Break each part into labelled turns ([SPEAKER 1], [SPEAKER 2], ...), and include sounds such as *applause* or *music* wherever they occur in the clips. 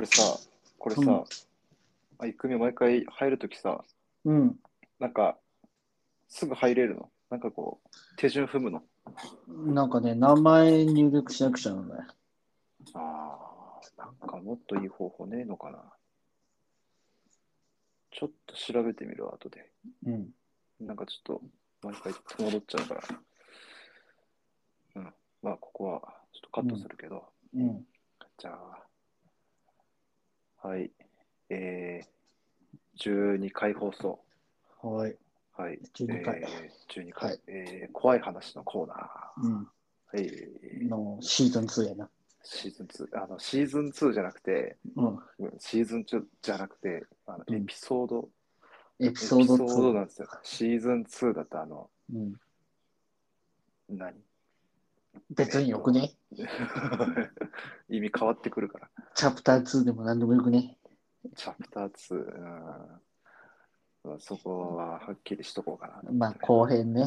[SPEAKER 1] れさ、これさ、
[SPEAKER 2] うん
[SPEAKER 1] あゆくみ毎回入るときさ、
[SPEAKER 2] うん。
[SPEAKER 1] なんか、すぐ入れるのなんかこう、手順踏むの
[SPEAKER 2] なんかね、名前入力しなくちゃならない。
[SPEAKER 1] ああ、なんかもっといい方法ねえのかな。ちょっと調べてみるわ、後で。
[SPEAKER 2] うん。
[SPEAKER 1] なんかちょっと、毎回戸惑っちゃうから。うん。まあ、ここは、ちょっとカットするけど。
[SPEAKER 2] うん。
[SPEAKER 1] じゃあ、はい。えー、12回放送。
[SPEAKER 2] はい。
[SPEAKER 1] はい。
[SPEAKER 2] 12回
[SPEAKER 1] えー、12回、
[SPEAKER 2] はい
[SPEAKER 1] えー怖い話のコーナー。
[SPEAKER 2] う
[SPEAKER 1] はい。
[SPEAKER 2] ん。のシーズン2やな。
[SPEAKER 1] シーズン2。あの、シーズン2じゃなくて、
[SPEAKER 2] うん。
[SPEAKER 1] うんシーズン2じゃなくて、あの
[SPEAKER 2] うん
[SPEAKER 1] エピソード、
[SPEAKER 2] エ
[SPEAKER 1] エ
[SPEAKER 2] ピ
[SPEAKER 1] ピ
[SPEAKER 2] ソ
[SPEAKER 1] ソ
[SPEAKER 2] ード
[SPEAKER 1] ード
[SPEAKER 2] 2。
[SPEAKER 1] なんですよ。シーズン2だと、あの、
[SPEAKER 2] うん、
[SPEAKER 1] 何 *laughs*
[SPEAKER 2] 別によくね。
[SPEAKER 1] 意味変わってくるから。
[SPEAKER 2] チャプター2でも何でもよくね。
[SPEAKER 1] チャプター2。うんまあそこははっきりしとこうかな。
[SPEAKER 2] まあ、後編ね。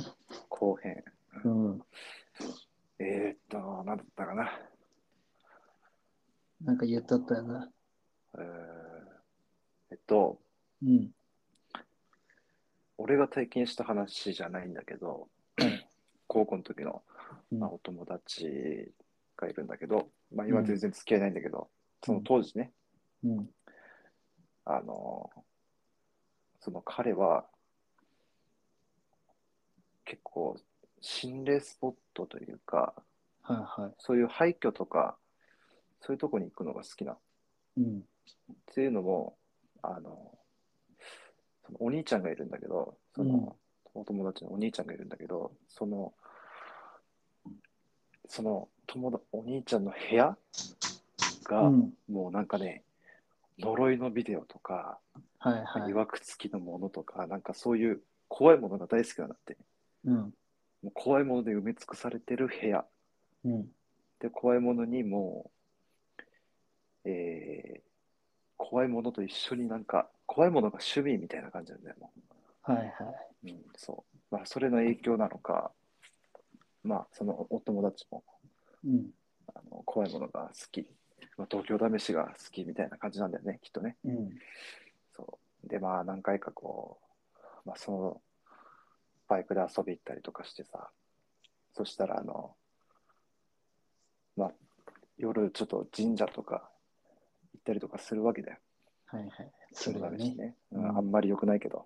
[SPEAKER 1] 後編。
[SPEAKER 2] うん。
[SPEAKER 1] えー、っと、なんだったかな。
[SPEAKER 2] なんか言ったったよな。
[SPEAKER 1] えーえっと、
[SPEAKER 2] うん。
[SPEAKER 1] 俺が体験した話じゃないんだけど、高校の時の、まあ、
[SPEAKER 2] うん
[SPEAKER 1] お友達がいるんだけど、まあ、今全然付き合いないんだけど、その当時ね、
[SPEAKER 2] うん。
[SPEAKER 1] あのその彼は結構心霊スポットというか
[SPEAKER 2] はいは
[SPEAKER 1] そういう廃墟とかそういうとこに行くのが好きなっ
[SPEAKER 2] い。うん。
[SPEAKER 1] ていうのもあのそのお兄ちゃんがいるんだけどその、お友達のお兄ちゃんがいるんだけどそのその友だお兄ちゃんの部屋が、
[SPEAKER 2] うん。
[SPEAKER 1] もうなんかね呪いのビデオとか
[SPEAKER 2] はいはいい。
[SPEAKER 1] わくつきのものとか、なんかそういう怖いものが大好きなんだって。
[SPEAKER 2] うん。
[SPEAKER 1] もう怖いもので埋め尽くされてる部屋。
[SPEAKER 2] うん。
[SPEAKER 1] で、怖いものにもう、えー、怖いものと一緒になんか、怖いものが趣味みたいな感じなんだよ。も
[SPEAKER 2] はいは
[SPEAKER 1] うう
[SPEAKER 2] い。
[SPEAKER 1] ん、そう。まあ、それの影響なのか、まあ、そのお友達も
[SPEAKER 2] うん。
[SPEAKER 1] あの怖いものが好き。まあ、東京試しが好きみたいな感じなんだよね、きっとね。
[SPEAKER 2] うん。
[SPEAKER 1] そう。で、まあ、何回かこう、まあ、その、バイクで遊び行ったりとかしてさ、そしたら、あの、まあ、夜ちょっと神社とか行ったりとかするわけだよ。
[SPEAKER 2] はいはい。それは
[SPEAKER 1] 夜試
[SPEAKER 2] ね
[SPEAKER 1] し。ね。
[SPEAKER 2] う
[SPEAKER 1] うんん、あんまり良くないけど。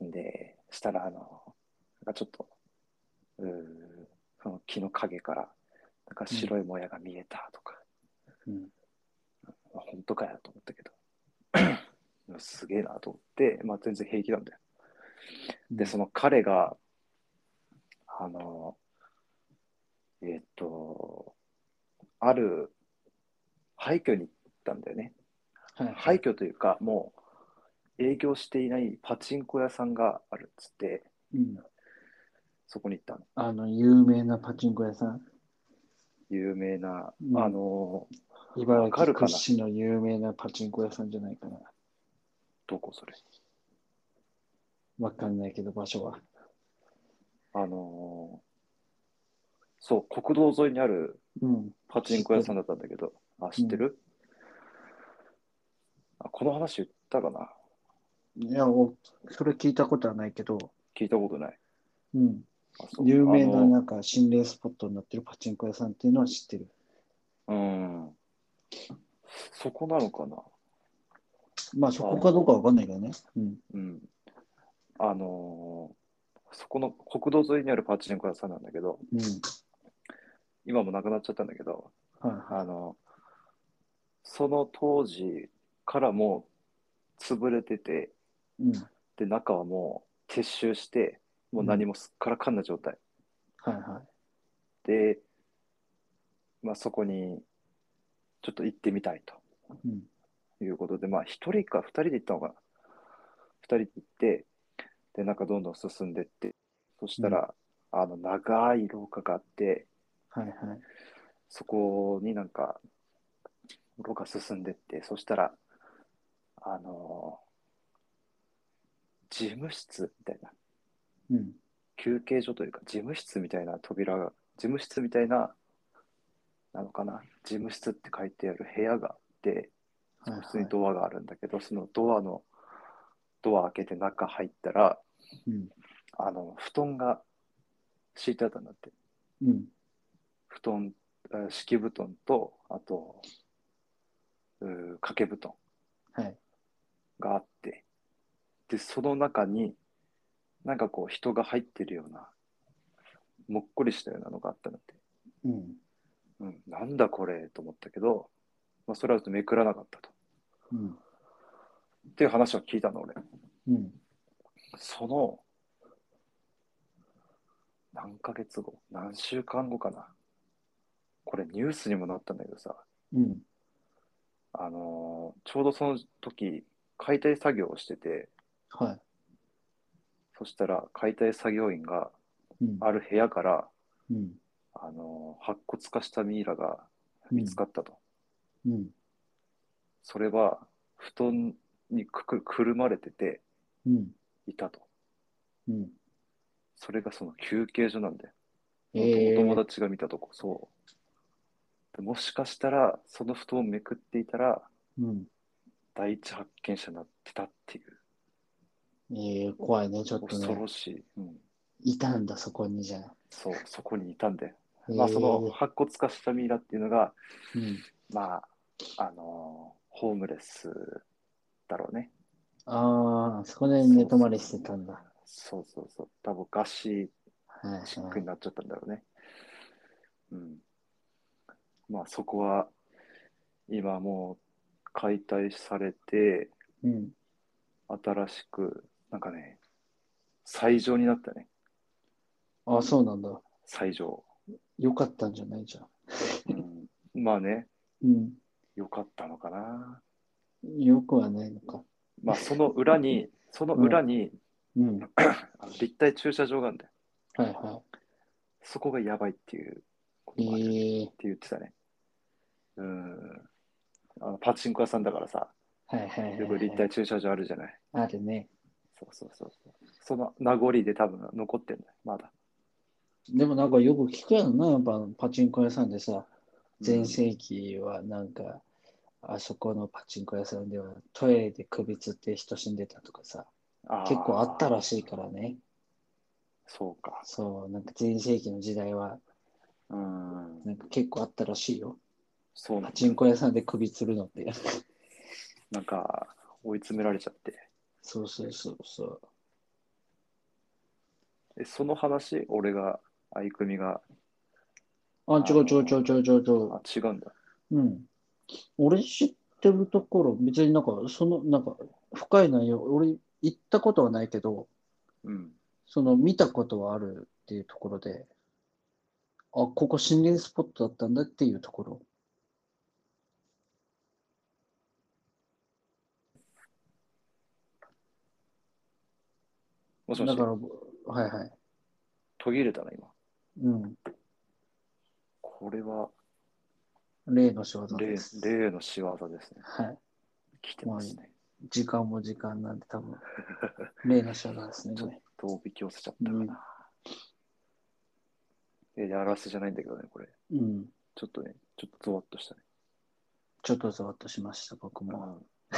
[SPEAKER 1] で、したら、あの、なんかちょっと、うーその木の陰から、なんか白いもやが見えたとか、
[SPEAKER 2] うん。
[SPEAKER 1] まあ本当かよと思ったけど *clears throat* でもすげえなと思って、まあ、全然平気なんだよでその彼があのえーっとある廃墟に行ったんだよね
[SPEAKER 2] はいはい。
[SPEAKER 1] 廃墟というかもう営業していないパチンコ屋さんがあるっつって
[SPEAKER 2] うん。
[SPEAKER 1] そこに行ったの
[SPEAKER 2] あの、有名なパチンコ屋さん。
[SPEAKER 1] 有名な、
[SPEAKER 2] うん
[SPEAKER 1] あの
[SPEAKER 2] 茨
[SPEAKER 1] わか
[SPEAKER 2] 城
[SPEAKER 1] るかな
[SPEAKER 2] 屈指の有名なパチンコ屋さんじゃないかな。
[SPEAKER 1] どこそれ
[SPEAKER 2] わかんないけど、場所は。
[SPEAKER 1] あのそう国道沿いにある
[SPEAKER 2] うん。
[SPEAKER 1] パチンコ屋さんだったんだけど、あ、知ってる、あこの話言ったかない
[SPEAKER 2] や、おそれ聞いたことはないけど、
[SPEAKER 1] 聞いたことない。
[SPEAKER 2] うん。
[SPEAKER 1] あそう
[SPEAKER 2] 有名
[SPEAKER 1] あ
[SPEAKER 2] な
[SPEAKER 1] の
[SPEAKER 2] なんか心霊スポットになってるパチンコ屋さんっていうのは知ってる。
[SPEAKER 1] うん。そこなのかな
[SPEAKER 2] まあ、そこかどうかわかんないけどね。うん。
[SPEAKER 1] うん。あのーそこの国道沿いにあるパチンコ屋さんなんだけど、
[SPEAKER 2] うん。
[SPEAKER 1] 今もなくなっちゃったんだけど、
[SPEAKER 2] はいは
[SPEAKER 1] あのその当時からもう潰れてて、
[SPEAKER 2] い。うん。はい
[SPEAKER 1] で、中はもう撤収して、もう何もすっからかんな状態。
[SPEAKER 2] は
[SPEAKER 1] で、まあ、そこにちょっと行ってみたい
[SPEAKER 2] い。うん。
[SPEAKER 1] ということで、まあ、1人か2人で行ったのかな。2人で行って、で、なんかどんどん進んでって、そしたら、あの、長い廊下があって、
[SPEAKER 2] はいはい。
[SPEAKER 1] そこになんか、廊下進んでって、そしたら、あのー事務室みたいな、
[SPEAKER 2] うん。
[SPEAKER 1] 休憩所というか、事務室みたいな扉が、事務室みたいななのかな、事務室って書いてある部屋があって、
[SPEAKER 2] はいはい
[SPEAKER 1] 普通にドアがあるんだけど、そのドアの、ドア開けて中入ったら、
[SPEAKER 2] うん。
[SPEAKER 1] あの、布団が敷いてあったんだって。
[SPEAKER 2] うん。
[SPEAKER 1] 布団、あ敷布団と、あと、うー掛け布団
[SPEAKER 2] はい。
[SPEAKER 1] があって、で、その中に、なんかこう人が入ってるような、もっこりしたようなのがあったんだって。
[SPEAKER 2] うん。
[SPEAKER 1] うん、なんだこれと思ったけど、まあ、それはめくらなかったと。
[SPEAKER 2] うん。
[SPEAKER 1] っていう話を聞いたの、俺。
[SPEAKER 2] うん。
[SPEAKER 1] その、何ヶ月後、何週間後かな。これニュースにもなったんだけどさ、
[SPEAKER 2] うん。
[SPEAKER 1] あのーちょうどその時、解体作業をしてて、
[SPEAKER 2] は
[SPEAKER 1] そしたら解体作業員が
[SPEAKER 2] い。うん。
[SPEAKER 1] ある部屋から、
[SPEAKER 2] うん。
[SPEAKER 1] あのー白骨化したミイラが
[SPEAKER 2] うん
[SPEAKER 1] 見つかったと。
[SPEAKER 2] うん。
[SPEAKER 1] それは、布団にくくくるまれてて
[SPEAKER 2] うん。
[SPEAKER 1] いたと。
[SPEAKER 2] うん。
[SPEAKER 1] それがその休憩所なんだよ。
[SPEAKER 2] ええ
[SPEAKER 1] お友達が見たとこ、そう。でもしかしたら、その布団をめくっていたら、
[SPEAKER 2] うん。
[SPEAKER 1] 第一発見者になってたっていう、
[SPEAKER 2] ええ怖いね、ちょっと
[SPEAKER 1] 恐
[SPEAKER 2] ね
[SPEAKER 1] ろ。しい。うん。
[SPEAKER 2] いたんだ、そこにじゃあ。
[SPEAKER 1] そう、そこにいたんで。まあ、その白骨化したミイラっていうのが、
[SPEAKER 2] ええ、うん。
[SPEAKER 1] まあ、あのーホームレスだろうね。
[SPEAKER 2] ああ、そこで寝泊まりしてたんだ。
[SPEAKER 1] そうそうそう。多分餓死
[SPEAKER 2] はいはい。
[SPEAKER 1] チックになっちゃったんだろうね。うん。まあ、そこは、今もう解体されて、
[SPEAKER 2] うん。
[SPEAKER 1] 新しく、なんかね、最上になったね、
[SPEAKER 2] ああ、そうなんだ。
[SPEAKER 1] 最上。
[SPEAKER 2] よかったんじゃないじゃん。
[SPEAKER 1] うん、まあね、
[SPEAKER 2] うん。
[SPEAKER 1] 良かったのかな。
[SPEAKER 2] よくはないのか。
[SPEAKER 1] まあ、その裏に、その裏に、
[SPEAKER 2] うん。はい
[SPEAKER 1] あの立体駐車場があるんだよ。
[SPEAKER 2] は
[SPEAKER 1] そこがやばいっていうことがあるって
[SPEAKER 2] い。ええ
[SPEAKER 1] 言ってたね。うん。あのパチンコ屋さんだからさ、
[SPEAKER 2] はいはいはい。
[SPEAKER 1] よく立体駐車場あるじゃない。
[SPEAKER 2] あるね。
[SPEAKER 1] そうそうそうそう。その名残で多分残ってんだよ、まだ。
[SPEAKER 2] でもなんかよく聞くやろな、やっぱパチンコ屋さんでさ、全盛期はなんか、あそこのパチンコ屋さんではトイレで首つって人死んでたとかさ、結構あったら
[SPEAKER 1] しい。
[SPEAKER 2] しいからね。
[SPEAKER 1] そうか。
[SPEAKER 2] そう、なんか全盛期の時代は、
[SPEAKER 1] うん。
[SPEAKER 2] なんか結構あったらしいよ。
[SPEAKER 1] そうな
[SPEAKER 2] パ
[SPEAKER 1] んだ
[SPEAKER 2] チンコ屋さんで首つるのって。
[SPEAKER 1] なんか追い詰められちゃって。
[SPEAKER 2] そうそうそうそう。
[SPEAKER 1] えその話、俺が、あいくみが、
[SPEAKER 2] あ、ちょちょちょちょちょちょ
[SPEAKER 1] あ、。違うんだ。
[SPEAKER 2] うん。俺知ってるところ、別になんか、その、なんか、深い内容、俺行ったことはないけど、
[SPEAKER 1] うん。
[SPEAKER 2] その見たことはあるっていうところで、あ、ここ心霊スポットだったんだっていうところ。
[SPEAKER 1] もしも
[SPEAKER 2] だ
[SPEAKER 1] し
[SPEAKER 2] か、ら、はいはい。
[SPEAKER 1] 途切れたな、今。
[SPEAKER 2] うん。
[SPEAKER 1] これは
[SPEAKER 2] 例の仕業
[SPEAKER 1] 例
[SPEAKER 2] です。、
[SPEAKER 1] 例の仕業ですね。
[SPEAKER 2] はい。
[SPEAKER 1] 来てますね。
[SPEAKER 2] 時間も時間なんで多分、例の仕業ですね。
[SPEAKER 1] ちょっ
[SPEAKER 2] これ
[SPEAKER 1] とおびき寄せちゃったかな。え、やらせじゃないんだけどね、これ。
[SPEAKER 2] うん。
[SPEAKER 1] ちょっとね、ちょっとゾワッとしたね。
[SPEAKER 2] ちょっとゾワッとしました、僕も。
[SPEAKER 1] *laughs*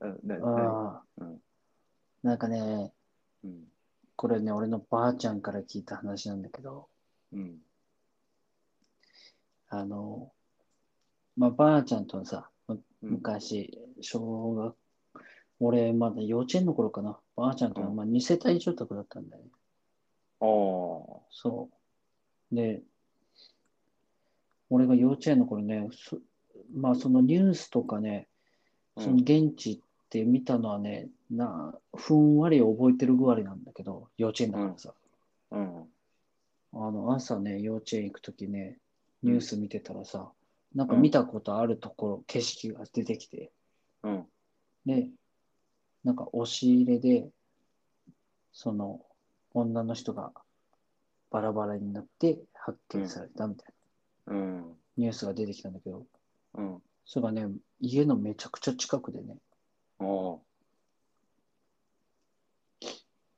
[SPEAKER 1] うん。ね、ね、
[SPEAKER 2] ああ
[SPEAKER 1] うん。
[SPEAKER 2] なんかね、
[SPEAKER 1] うん。
[SPEAKER 2] これね、俺のばあちゃんから聞いた話なんだけど、
[SPEAKER 1] うん。
[SPEAKER 2] あの、まあ、ばあちゃんとのさ、む
[SPEAKER 1] うん
[SPEAKER 2] 昔、小学、俺、まだ幼稚園の頃かな、ばあちゃんとの、まあ、2世帯住宅だったんだよね。
[SPEAKER 1] ああ。
[SPEAKER 2] そう。で、俺が幼稚園の頃ね、そまあ、そのニュースとかね、
[SPEAKER 1] うん
[SPEAKER 2] その現地って見たのはね、な、ふんわり覚えてるぐらいなんだけど、幼稚園だからさ。
[SPEAKER 1] うん。
[SPEAKER 2] あの朝ね、幼稚園行くときね、ニュース見てたらさ、なんか見たことあるところ、景色が出てきて、
[SPEAKER 1] うん。
[SPEAKER 2] で、なんか押し入れで、その女の人がバラバラになって発見されたみたいな
[SPEAKER 1] うん。
[SPEAKER 2] ニュースが出てきたんだけど、
[SPEAKER 1] うん。
[SPEAKER 2] それがね、家のめちゃくちゃ近くでね、
[SPEAKER 1] ああ。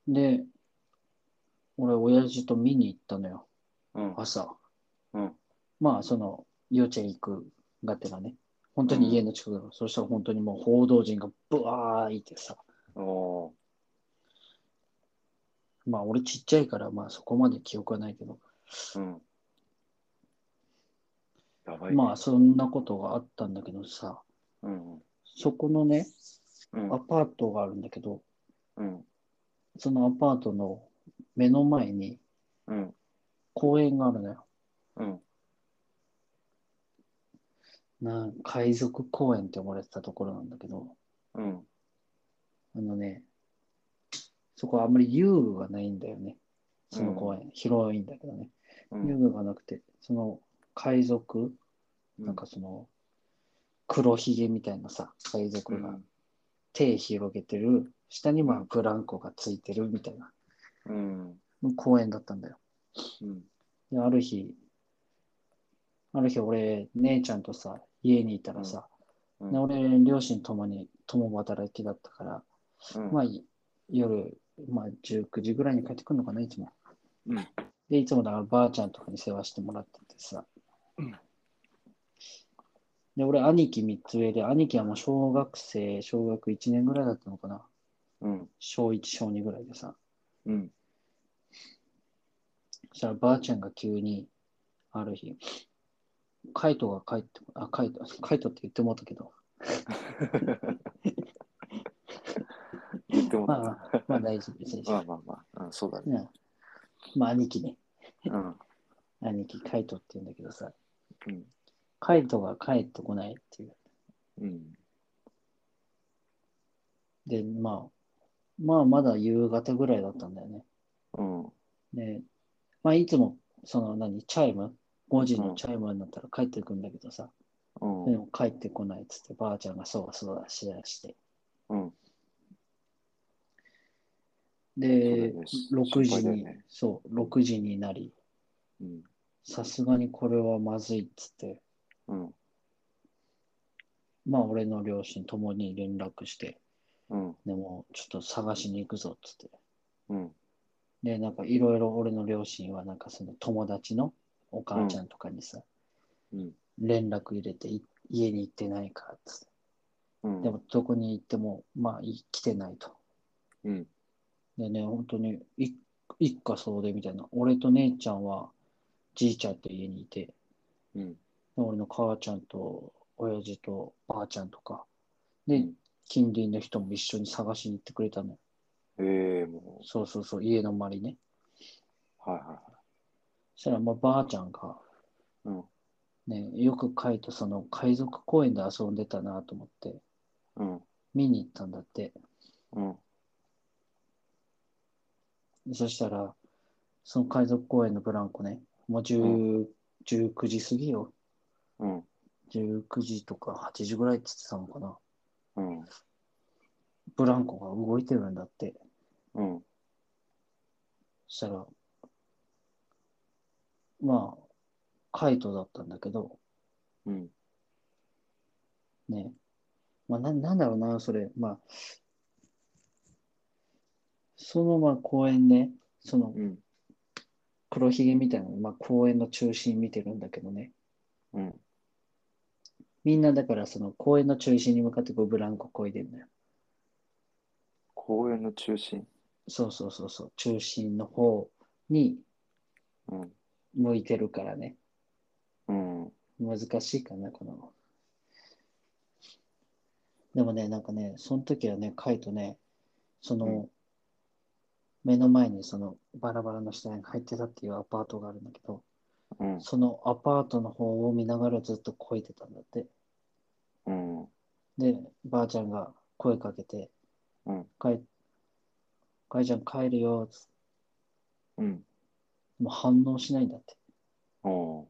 [SPEAKER 2] で、俺、親父と見に行ったのよ。
[SPEAKER 1] うん。
[SPEAKER 2] 朝。
[SPEAKER 1] うん。
[SPEAKER 2] まあ、その、幼稚園行くがてらね、本当に家の近くだそしたら本当にもう報道陣がブワーいてさ、
[SPEAKER 1] おー
[SPEAKER 2] まあ、俺ちっちゃいから、まあ、そこまで記憶はないけど、
[SPEAKER 1] うん。やばいね。
[SPEAKER 2] まあ、そんなことがあったんだけどさ、
[SPEAKER 1] うん。
[SPEAKER 2] そこのね、
[SPEAKER 1] うん。
[SPEAKER 2] アパートがあるんだけど、
[SPEAKER 1] うん。
[SPEAKER 2] そのアパートの目の前に
[SPEAKER 1] うん。
[SPEAKER 2] 公園があるのよ。
[SPEAKER 1] うん。
[SPEAKER 2] なん海賊公園って呼ばれてたところなんだけど、
[SPEAKER 1] うん。
[SPEAKER 2] あのね、そこはあんまり遊具がないんだよね。その公園、広いんだけどね。
[SPEAKER 1] うん。
[SPEAKER 2] 遊具がなくて、その海賊、なんかその黒ひげみたいなさ、海
[SPEAKER 1] う
[SPEAKER 2] 賊が
[SPEAKER 1] ん。
[SPEAKER 2] 手広げてる、下にまあブランコがついてるみたいな
[SPEAKER 1] うん。
[SPEAKER 2] 公園だったんだよ。
[SPEAKER 1] うん。
[SPEAKER 2] で、ある日、ある日俺、姉ちゃんとさ、家にいたらさ、
[SPEAKER 1] う
[SPEAKER 2] で
[SPEAKER 1] ん。
[SPEAKER 2] 俺、両親ともに共働きだったから、
[SPEAKER 1] うん
[SPEAKER 2] まあ、い夜、まあ、19時ぐらいに帰ってくるのかな、いつも。
[SPEAKER 1] うん
[SPEAKER 2] で、いつもだからばあちゃんとかに世話してもらっててさ。
[SPEAKER 1] うん
[SPEAKER 2] で、俺、兄貴3つ上で、兄貴はもう小学生、小学1年ぐらいだったのかな。
[SPEAKER 1] うん。
[SPEAKER 2] 小1、小2ぐらいでさ。
[SPEAKER 1] うん。
[SPEAKER 2] そしたらばあちゃんが急に、ある日、カイトが帰って、あ、カイト、 *laughs* カイトって言ってもうたけど、
[SPEAKER 1] 言っても
[SPEAKER 2] まあ
[SPEAKER 1] らっ
[SPEAKER 2] まあ、まあ大丈夫です。
[SPEAKER 1] た。まあまあまあ。 *laughs* うん、そうだね。
[SPEAKER 2] うんまあ、兄貴ね。
[SPEAKER 1] うん。
[SPEAKER 2] 兄貴、カイトって言うんだけどさ、
[SPEAKER 1] うん。
[SPEAKER 2] カイトが帰ってこないっていう。
[SPEAKER 1] うん。
[SPEAKER 2] で、まあ、まあ、まだ夕方ぐらいだったんだよね。
[SPEAKER 1] うん。
[SPEAKER 2] で、まあ、いつも、その何、チャイム ?5 時のチャイムになったら帰ってくんだけどさ、
[SPEAKER 1] うん。
[SPEAKER 2] でも帰ってこないっつって、ばあちゃんがそわそわしだして。
[SPEAKER 1] うん。
[SPEAKER 2] で、
[SPEAKER 1] そうだ
[SPEAKER 2] 6
[SPEAKER 1] ね心
[SPEAKER 2] 時
[SPEAKER 1] 配だよ
[SPEAKER 2] に、
[SPEAKER 1] ね
[SPEAKER 2] そう、6時になり、
[SPEAKER 1] うん。
[SPEAKER 2] さすがにこれはまずいっつって、
[SPEAKER 1] うん。
[SPEAKER 2] まあ、俺の両親ともに連絡して、
[SPEAKER 1] うん。
[SPEAKER 2] でも、ちょっと探しに行くぞっつって。
[SPEAKER 1] うん。
[SPEAKER 2] で、なんかいろいろ俺の両親は、なんかその友達のお母ちゃんとかにさ、
[SPEAKER 1] うん。
[SPEAKER 2] 連絡入れてい家に行ってないかっつって。
[SPEAKER 1] うん。
[SPEAKER 2] でも、どこに行っても、まあ、い来てないと。
[SPEAKER 1] うん。
[SPEAKER 2] でね、本当にい一家総出みたいな。俺と姉ちゃんは、じいちゃんと家にいて、で
[SPEAKER 1] うん。
[SPEAKER 2] 俺の母ちゃんと親父とばあちゃんとか、
[SPEAKER 1] う
[SPEAKER 2] で
[SPEAKER 1] ん、
[SPEAKER 2] 近隣の人も一緒に探しに行ってくれたのよ。
[SPEAKER 1] ええ、も
[SPEAKER 2] そうそうそう、家の周りね。
[SPEAKER 1] う。はいは
[SPEAKER 2] そしたら、まあ、ばあちゃんが、
[SPEAKER 1] いはい。
[SPEAKER 2] ね、よくカイトその海賊公園で遊んでたなと思って
[SPEAKER 1] うん。うん。
[SPEAKER 2] 見に行ったんだって
[SPEAKER 1] うん。
[SPEAKER 2] そしたらその海賊公園のブランコねもう10、
[SPEAKER 1] う
[SPEAKER 2] 19時過ぎよ
[SPEAKER 1] うん。
[SPEAKER 2] 19時とか8時ぐらいっつってたのかな
[SPEAKER 1] うん。
[SPEAKER 2] ブランコが動いてるんだって
[SPEAKER 1] うん。
[SPEAKER 2] そしたらまあカイトだったんだけど
[SPEAKER 1] うん。
[SPEAKER 2] ねまあななんだろうなそれまあそのまあ公園ねその
[SPEAKER 1] うん。
[SPEAKER 2] 黒ひげみたいなの、まあ、公園の中心見てるんだけどね。
[SPEAKER 1] うん。
[SPEAKER 2] みんなだからその公園の中心に向かってこうブランコこいでるのよ。
[SPEAKER 1] 公園の中心。
[SPEAKER 2] そうそうそうそう。中心の方に
[SPEAKER 1] うん。
[SPEAKER 2] 向いてるからね。
[SPEAKER 1] うん。
[SPEAKER 2] 難しいかな、この。でもね、なんかね、その時はね、カイトね、その、
[SPEAKER 1] うん
[SPEAKER 2] 目の前にそのバラバラの下に入ってたっていうアパートがあるんだけど、
[SPEAKER 1] うん。
[SPEAKER 2] そのアパートの方を見ながらずっとこいでたんだって。
[SPEAKER 1] うん。
[SPEAKER 2] で、ばあちゃんが声かけて、
[SPEAKER 1] うん
[SPEAKER 2] かい、かいちゃん帰るよ、つ
[SPEAKER 1] うん。
[SPEAKER 2] もう反応しないんだって。
[SPEAKER 1] お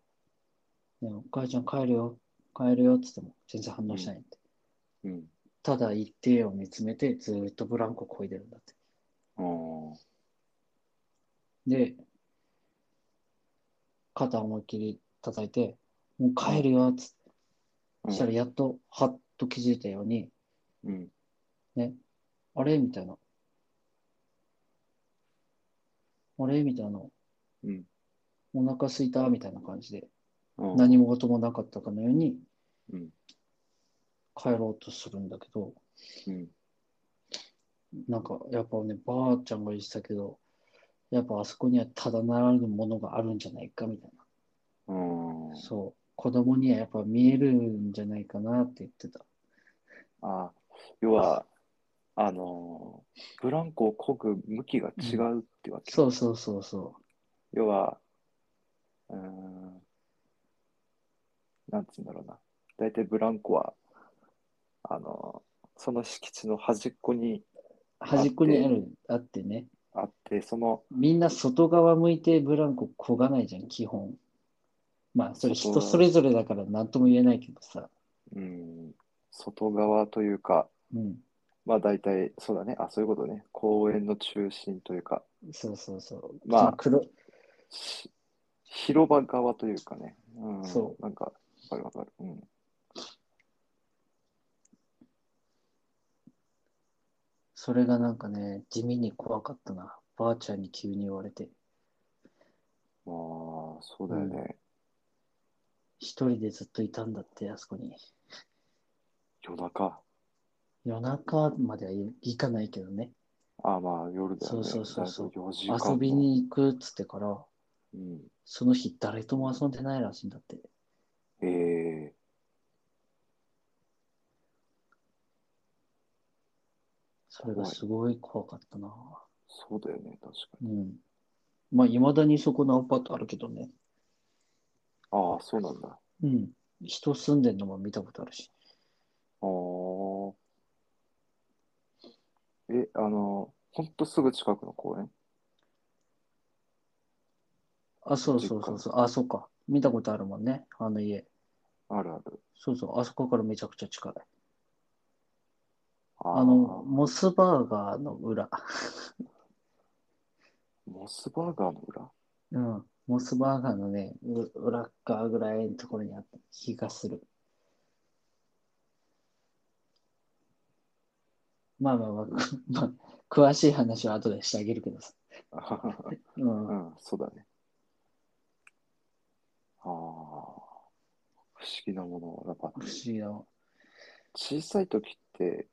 [SPEAKER 2] でも、かいちゃん帰るよ、帰るよ、つっても全然反応しないんだって。
[SPEAKER 1] うん。
[SPEAKER 2] ただ一定を見つめて、ずーっとブランコこいでるんだって。
[SPEAKER 1] お
[SPEAKER 2] で、肩思いっきり叩いて、もう帰るよ、つって。
[SPEAKER 1] う
[SPEAKER 2] そしたらやっと、はっと気づいたように、
[SPEAKER 1] うん。
[SPEAKER 2] ね、あれみたいな。あれみたいな。
[SPEAKER 1] うん。
[SPEAKER 2] お腹すいたみたいな感じで、
[SPEAKER 1] うん
[SPEAKER 2] 何も事もなかったかのように
[SPEAKER 1] うん
[SPEAKER 2] 帰ろうとするんだけど、
[SPEAKER 1] うん
[SPEAKER 2] なんかやっぱね、ばあちゃんが言ってたけど、やっぱあそこにはただならぬものがあるんじゃないかみたい
[SPEAKER 1] うん
[SPEAKER 2] な。そう。子供にはやっぱ見えるんじゃないかなって言ってた。
[SPEAKER 1] あ要は、あのーブランコをこぐ向きが違うってわけ。
[SPEAKER 2] そうそうそうそ
[SPEAKER 1] 要は、うーん、なんつうんだろうな。大体ブランコは、あのーその敷地の端っこに
[SPEAKER 2] う。端っこにある、あってね。
[SPEAKER 1] あって、その、
[SPEAKER 2] みんな外側向いてブランコこがないじゃん、基本。まあ、それ
[SPEAKER 1] 外
[SPEAKER 2] 人
[SPEAKER 1] 側
[SPEAKER 2] それぞれだから何とも言えないけどさ。
[SPEAKER 1] うん、外側というか、
[SPEAKER 2] うん。
[SPEAKER 1] まあ大体、そうだね。あ、そういうことね。公園の中心というか、
[SPEAKER 2] そうそうそう。
[SPEAKER 1] まあ
[SPEAKER 2] その黒
[SPEAKER 1] し広場側というかね。うん、。
[SPEAKER 2] そう
[SPEAKER 1] なんか、わかるわかる。うん。
[SPEAKER 2] それがなんかね、地味に怖かったな。ばあちゃんに急に言われて。
[SPEAKER 1] まあ、そうだよね。
[SPEAKER 2] 一人でずっといたんだって、あそこに。
[SPEAKER 1] 夜中。
[SPEAKER 2] 夜中までは行かないけどね。
[SPEAKER 1] あまあ、夜だよね。
[SPEAKER 2] そうそうそうそう
[SPEAKER 1] 4時間も
[SPEAKER 2] 遊び。に行くっつってから、
[SPEAKER 1] うん、
[SPEAKER 2] その日誰とも遊んでないらしいんだって。
[SPEAKER 1] ええ
[SPEAKER 2] それがすごい怖かったな。
[SPEAKER 1] そうだよね、確かに。
[SPEAKER 2] うん。まあ、いまだにそこのアパートあるけどね。
[SPEAKER 1] ああ、そうなんだ。あ
[SPEAKER 2] うん。人住んでんのも見たことあるし。
[SPEAKER 1] あ。え、あの、ほんとすぐ近くの公園
[SPEAKER 2] あ、そうそうそうそう。あ、そうか。見たことあるもんね。あの家。
[SPEAKER 1] あるある。
[SPEAKER 2] そうそう。あそこからめちゃくちゃ近い。
[SPEAKER 1] あー
[SPEAKER 2] あの、モスバーガーの裏。
[SPEAKER 1] モスバーガーの裏 *laughs*
[SPEAKER 2] うん。モスバーガーのね、う裏っ側ぐらいのところにあった気がする。まあまあ *laughs* まあ、くまあ、詳しい話は後でしてあげるけどさ。
[SPEAKER 1] あはは
[SPEAKER 2] うん。
[SPEAKER 1] うん、そうだね。ああ。不思議なもの。やっぱ、
[SPEAKER 2] 不思議だわ
[SPEAKER 1] 小さい時って、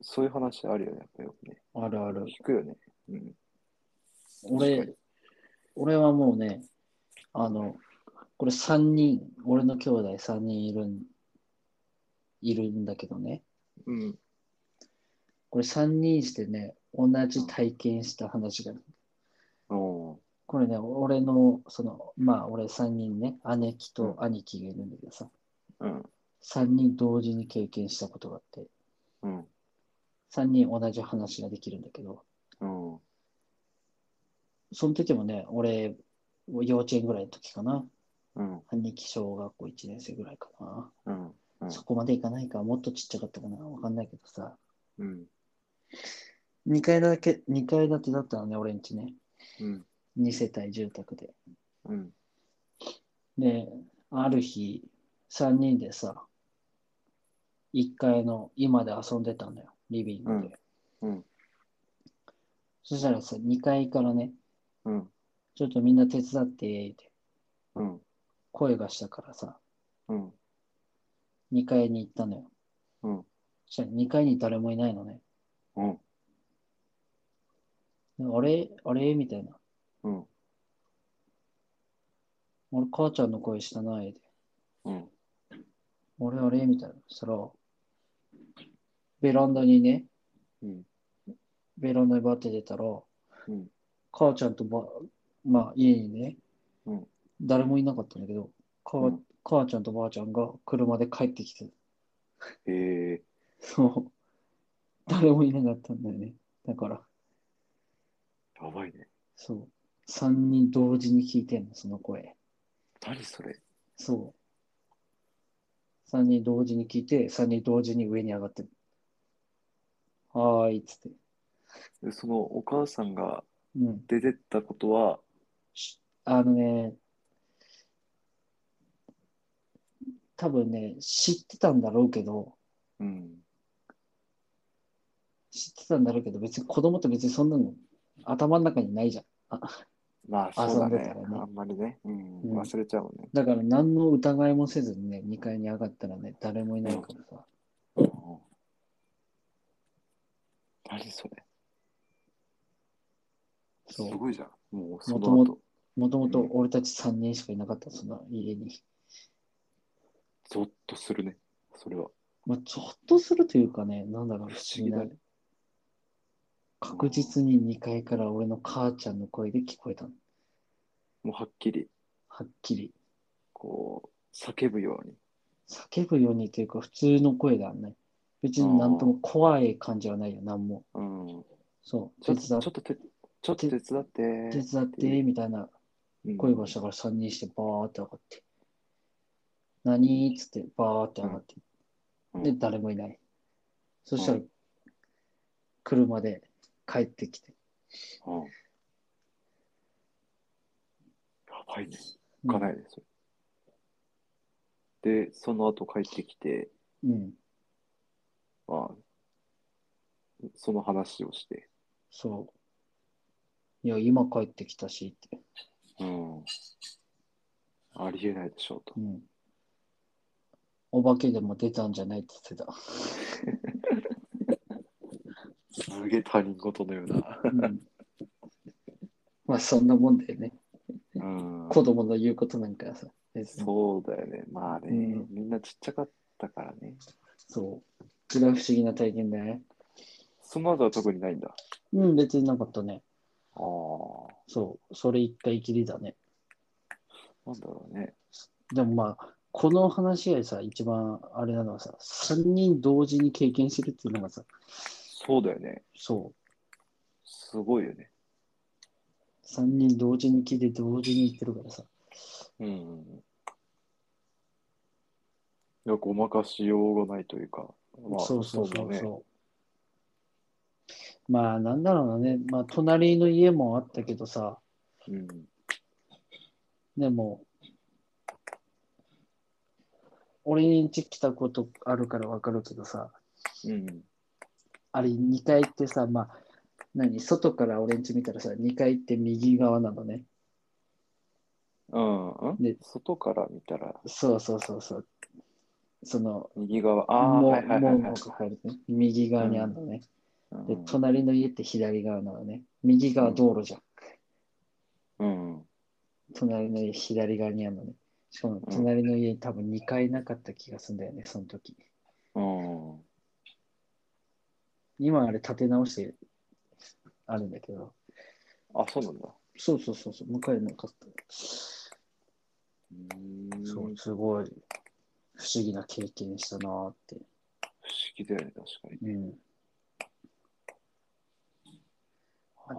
[SPEAKER 1] そういう話あるよね、やっぱよくね。
[SPEAKER 2] あるある。
[SPEAKER 1] 聞くよね。うん。
[SPEAKER 2] 俺、俺はもうね、あの、これ3人、俺の兄弟3人いるん、いるんだけどね。
[SPEAKER 1] うん。
[SPEAKER 2] これ3人してね、同じ体験した話がある。
[SPEAKER 1] おー
[SPEAKER 2] これね、俺の、その、まあ俺3人ね、姉貴と兄貴がいるんだけどさ、
[SPEAKER 1] うん。
[SPEAKER 2] 3人同時に経験したことがあって、
[SPEAKER 1] うん。
[SPEAKER 2] 3人同じ話ができるんだけど、
[SPEAKER 1] うん。
[SPEAKER 2] その時もね、俺、幼稚園ぐらいの時かな、
[SPEAKER 1] うん。
[SPEAKER 2] 兄貴小学校1年生ぐらいかな。
[SPEAKER 1] うん。うん
[SPEAKER 2] そこまでいかないか、もっとちっちゃかったかな、わかんないけどさ。
[SPEAKER 1] うん。
[SPEAKER 2] 2階だけ、二階建てだったのね、俺んちね。
[SPEAKER 1] うん。
[SPEAKER 2] 2世帯住宅で。
[SPEAKER 1] うん。
[SPEAKER 2] で、ある日、3人でさ、1階の今で遊んでたんだよ、リビングで。
[SPEAKER 1] うんうん
[SPEAKER 2] そしたらさ、2階からね、
[SPEAKER 1] うん。
[SPEAKER 2] ちょっとみんな手伝って、って
[SPEAKER 1] うん。
[SPEAKER 2] 声がしたからさ、
[SPEAKER 1] うん。
[SPEAKER 2] 2階に行ったのよ。
[SPEAKER 1] うん。
[SPEAKER 2] そしたら2階に誰もいないのね。
[SPEAKER 1] うん。
[SPEAKER 2] であれあれみたいな。
[SPEAKER 1] うん。
[SPEAKER 2] 俺、母ちゃんの声したないで。
[SPEAKER 1] うん。
[SPEAKER 2] 俺あれみたいな。そしたら、ベランダにね、
[SPEAKER 1] うん。
[SPEAKER 2] ベランダにバッて出たら、
[SPEAKER 1] うん。
[SPEAKER 2] 母ちゃんとば、まあ家にね、
[SPEAKER 1] うん
[SPEAKER 2] 誰もいなかったんだけど、母
[SPEAKER 1] うん
[SPEAKER 2] 母ちゃんとばあちゃんが車で帰ってきて、
[SPEAKER 1] ええ
[SPEAKER 2] そう、誰もいなかったんだよね。だから、
[SPEAKER 1] ー、やばいね。
[SPEAKER 2] そう、三人同時に聞いてんの、その声。
[SPEAKER 1] 何それ
[SPEAKER 2] そう。三人同時に聞いて、三人同時に上に上がってる。はーい、っつって。
[SPEAKER 1] でそのお母さんが
[SPEAKER 2] うん。
[SPEAKER 1] 出てったことは、
[SPEAKER 2] しあのね、多分ね、知ってたんだろうけど、
[SPEAKER 1] うん。
[SPEAKER 2] 知ってたんだろうけど、別に子供って別にそんなの頭の中にないじゃん。あ
[SPEAKER 1] まあ、そうだ
[SPEAKER 2] 遊んで
[SPEAKER 1] ね。
[SPEAKER 2] たらね
[SPEAKER 1] あんまりね、うん
[SPEAKER 2] うん
[SPEAKER 1] 忘れちゃうもんね。
[SPEAKER 2] だから何の疑いもせずにね、2階に上がったらね、誰もいないからさ。
[SPEAKER 1] うん何それす
[SPEAKER 2] そう
[SPEAKER 1] ごいじゃん。もうそ
[SPEAKER 2] もと
[SPEAKER 1] の
[SPEAKER 2] も
[SPEAKER 1] 後、
[SPEAKER 2] もともと俺たち3人しかいなかった、その家に。
[SPEAKER 1] ゾッとするね。それは。
[SPEAKER 2] まあ、ちょっとするというかね、なんだろう、不
[SPEAKER 1] 不思
[SPEAKER 2] 思議
[SPEAKER 1] 議
[SPEAKER 2] な
[SPEAKER 1] だね。
[SPEAKER 2] 確実に2階から俺の母ちゃんの声で聞こえたの。
[SPEAKER 1] もうはっきり、
[SPEAKER 2] はっきり。
[SPEAKER 1] こう、叫ぶように。
[SPEAKER 2] 叫ぶようにというか、普通の声だね。別になんとも怖い感じはないよ、なんも。
[SPEAKER 1] うん。
[SPEAKER 2] そう、
[SPEAKER 1] ちょ
[SPEAKER 2] 手
[SPEAKER 1] っと、ちょっ
[SPEAKER 2] 伝っ
[SPEAKER 1] と手、ちょっと手伝って。
[SPEAKER 2] 手伝って、みたいな
[SPEAKER 1] うん
[SPEAKER 2] 声がしたから3人してバーって上がって。何っつってバーって上がって。
[SPEAKER 1] うん
[SPEAKER 2] で、誰もいない。そしたら、車で帰ってきて。
[SPEAKER 1] うん。やばいね。行かないね、それ。で、その後帰ってきて、
[SPEAKER 2] うん、
[SPEAKER 1] まあ、その話をして。
[SPEAKER 2] そう。いや、今帰ってきたしって。
[SPEAKER 1] うん。ありえないでしょうと
[SPEAKER 2] う。ん。お化けでも出たんじゃないって言ってた。
[SPEAKER 1] すげえ他人事のような。
[SPEAKER 2] うん、まあ、そんなもんだよね。
[SPEAKER 1] うん。
[SPEAKER 2] 子供の言うことなんかさ。別に
[SPEAKER 1] そうだよね。まあね、
[SPEAKER 2] うん
[SPEAKER 1] みんなちっちゃかったからね。
[SPEAKER 2] そう。それは不思議な体験だね。
[SPEAKER 1] その後は特にないんだ。
[SPEAKER 2] うん、別になかったね。
[SPEAKER 1] ああ、
[SPEAKER 2] そう。それ一回きりだね。
[SPEAKER 1] なんだろうね。
[SPEAKER 2] でもまあ、この話がさ、一番あれなのはさ、3人同時に経験するっていうのがさ、
[SPEAKER 1] そうだよね。
[SPEAKER 2] そ
[SPEAKER 1] すごいよね。
[SPEAKER 2] う。3人同時に聞いて同時に言ってるからさ。
[SPEAKER 1] うん。いや、ごまかしようがないというか。まあ、
[SPEAKER 2] そうそうそ
[SPEAKER 1] だ
[SPEAKER 2] う
[SPEAKER 1] ね
[SPEAKER 2] そう。まあ、なんだろうね。まあ、隣の家もあったけどさ、
[SPEAKER 1] うん。
[SPEAKER 2] でも、俺に家来たことあるからわかるけどさ、
[SPEAKER 1] うん。
[SPEAKER 2] あれ2階ってさ、まあ、何、外から俺ん家見たらさ、2階って右側なのね。
[SPEAKER 1] うん。うん
[SPEAKER 2] で
[SPEAKER 1] 外から見たら、
[SPEAKER 2] そうそうそうそう。その、
[SPEAKER 1] 右側。ああ、
[SPEAKER 2] も
[SPEAKER 1] はいはいはい、は
[SPEAKER 2] 門
[SPEAKER 1] い
[SPEAKER 2] 戸が入るね。右側にあるのね。
[SPEAKER 1] うん
[SPEAKER 2] で、隣の家って左側なのね。右側道路じゃん。
[SPEAKER 1] うん。
[SPEAKER 2] 隣の家左側にあるのね。しかも
[SPEAKER 1] ん
[SPEAKER 2] 隣の家に多分2階なかった気がするんだよね、その時。
[SPEAKER 1] うん。
[SPEAKER 2] 今あれ建て直してあるんだけど。
[SPEAKER 1] あ、そうなんだ。
[SPEAKER 2] そうそうそうそう、向かいなかった。
[SPEAKER 1] うーん
[SPEAKER 2] そ
[SPEAKER 1] 不思
[SPEAKER 2] う、すごい不思議な経験したなーって。
[SPEAKER 1] 議だよね、確かに。
[SPEAKER 2] うん。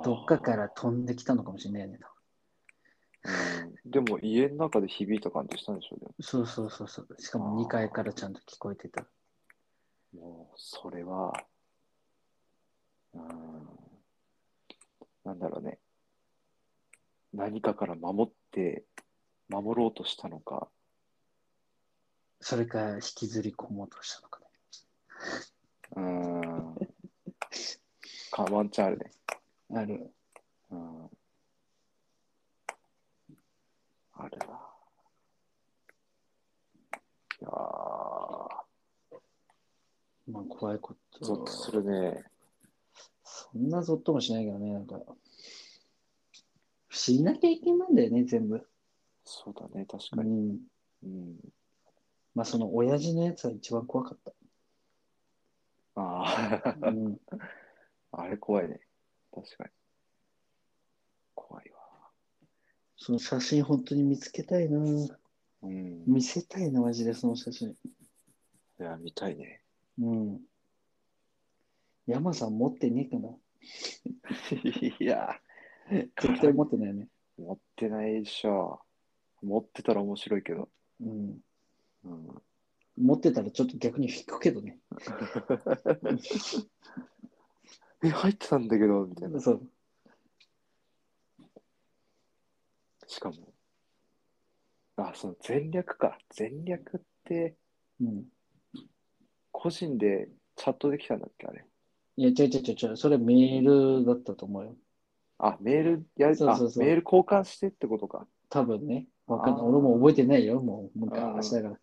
[SPEAKER 2] どっかか
[SPEAKER 1] あ
[SPEAKER 2] ら飛んできたのかもしれないよね。多分
[SPEAKER 1] ー。うんでも、家の中で響いた感じしたんでしょうね。
[SPEAKER 2] そうそうそうそう。しかも2階からちゃんと聞こえてた。
[SPEAKER 1] もう、それは、うん、なんだろうね。何かから守って、守ろうとしたのか、
[SPEAKER 2] それから引きずり込もうとしたのかね。
[SPEAKER 1] うん、かワンチャンあるね。
[SPEAKER 2] ある。
[SPEAKER 1] うん、あるな。いやー、
[SPEAKER 2] まあ怖いこと。
[SPEAKER 1] ゾッとするね。
[SPEAKER 2] そんなゾッともしないけどね、なんか。不思議な経験なんだよね、全部。
[SPEAKER 1] そうだね、確
[SPEAKER 2] う
[SPEAKER 1] かに。
[SPEAKER 2] ん。
[SPEAKER 1] うん、
[SPEAKER 2] まあその親父のやつは一番怖かっ
[SPEAKER 1] ああ、
[SPEAKER 2] た。うん。
[SPEAKER 1] あれ怖いね。確かに。怖いわ。
[SPEAKER 2] その写真本当に見つけたいな。
[SPEAKER 1] うん。
[SPEAKER 2] 見せたいな、マジでその写真。
[SPEAKER 1] いや、見たいね。
[SPEAKER 2] うん。山さん持ってねえかな。
[SPEAKER 1] *laughs* いや、
[SPEAKER 2] 絶対持ってないよね。
[SPEAKER 1] 持ってないでしょ。持ってたら面白いけど。
[SPEAKER 2] うん。
[SPEAKER 1] うん、
[SPEAKER 2] 持ってたらちょっと逆に引くけどね。
[SPEAKER 1] え、入ってたんだけど、みたいな。
[SPEAKER 2] そう。
[SPEAKER 1] しかも。あ、その全略か。全略って、
[SPEAKER 2] うん。
[SPEAKER 1] 個人でチャットできたんだっけ、あれ。
[SPEAKER 2] いや、ちょいちょいちょいちょい、それメールだったと思うよ。
[SPEAKER 1] あ、メールやり
[SPEAKER 2] そうそうそう
[SPEAKER 1] あ、メール交換してってことか。
[SPEAKER 2] 多分ね。わかんない。
[SPEAKER 1] あー
[SPEAKER 2] 俺も覚えてないよ。もう、
[SPEAKER 1] あー
[SPEAKER 2] 昔だから。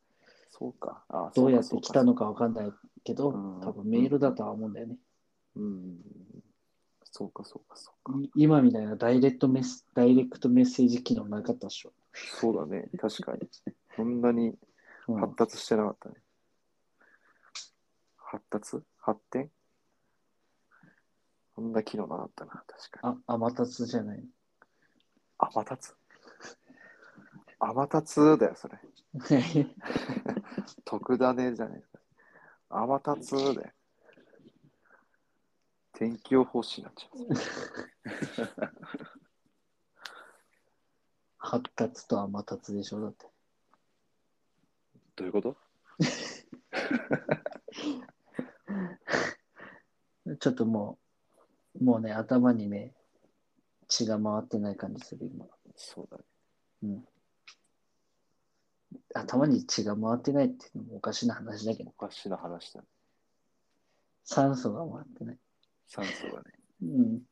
[SPEAKER 1] そうか。あ
[SPEAKER 2] どうやって来たのかわ
[SPEAKER 1] ん
[SPEAKER 2] かんないけど、
[SPEAKER 1] うん
[SPEAKER 2] 多分メールだとは思うんだよね。
[SPEAKER 1] うん。そうか、そうか、そうか。
[SPEAKER 2] い今みたいなダイレクトメスダイレクトメッセージ機能なかったっしょ。
[SPEAKER 1] そうだね。確かに。そんなに
[SPEAKER 2] うん
[SPEAKER 1] 発達してなかったね。発達発展そんな機能なかったな、確かに。
[SPEAKER 2] あ、アマタツじゃない。
[SPEAKER 1] アマタツアマタツだよ、それ。特ダネじゃないですか。アマタツだよ。天気予報士になっちゃう。
[SPEAKER 2] *laughs* 発達とアマタツでしょ。だって。
[SPEAKER 1] どういうこと
[SPEAKER 2] ちょっともう、もうね、頭にね、血が回ってない感じする、今。
[SPEAKER 1] そうだね。
[SPEAKER 2] 頭に血が回ってないっていうのもおかしな話だけど、
[SPEAKER 1] おかしな話だね。
[SPEAKER 2] 酸素が回ってない。
[SPEAKER 1] 酸素
[SPEAKER 2] *laughs*
[SPEAKER 1] がね。
[SPEAKER 2] うん。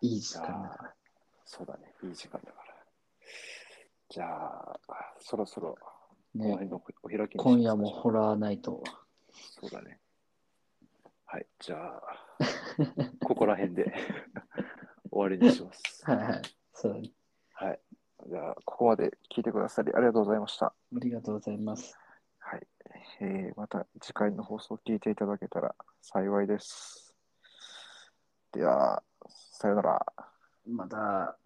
[SPEAKER 2] いい時
[SPEAKER 1] じゃ
[SPEAKER 2] 間だか
[SPEAKER 1] あ、そうだね。いい時間だから。じゃあ、そろそろこ
[SPEAKER 2] ら
[SPEAKER 1] の
[SPEAKER 2] ね。
[SPEAKER 1] 辺のお開きにしますか
[SPEAKER 2] 今夜もホラーナイト。
[SPEAKER 1] そうだね。はい、じゃあ、ここら辺で終わりにします。
[SPEAKER 2] はいはい。そうだね。
[SPEAKER 1] はい。じゃあ、ここまで聞いてくださりありがとうございました。
[SPEAKER 2] ありがとうございます。
[SPEAKER 1] はい。えーまた次回の放送を聞いていただけたら幸いです。では、さようなら。
[SPEAKER 2] また。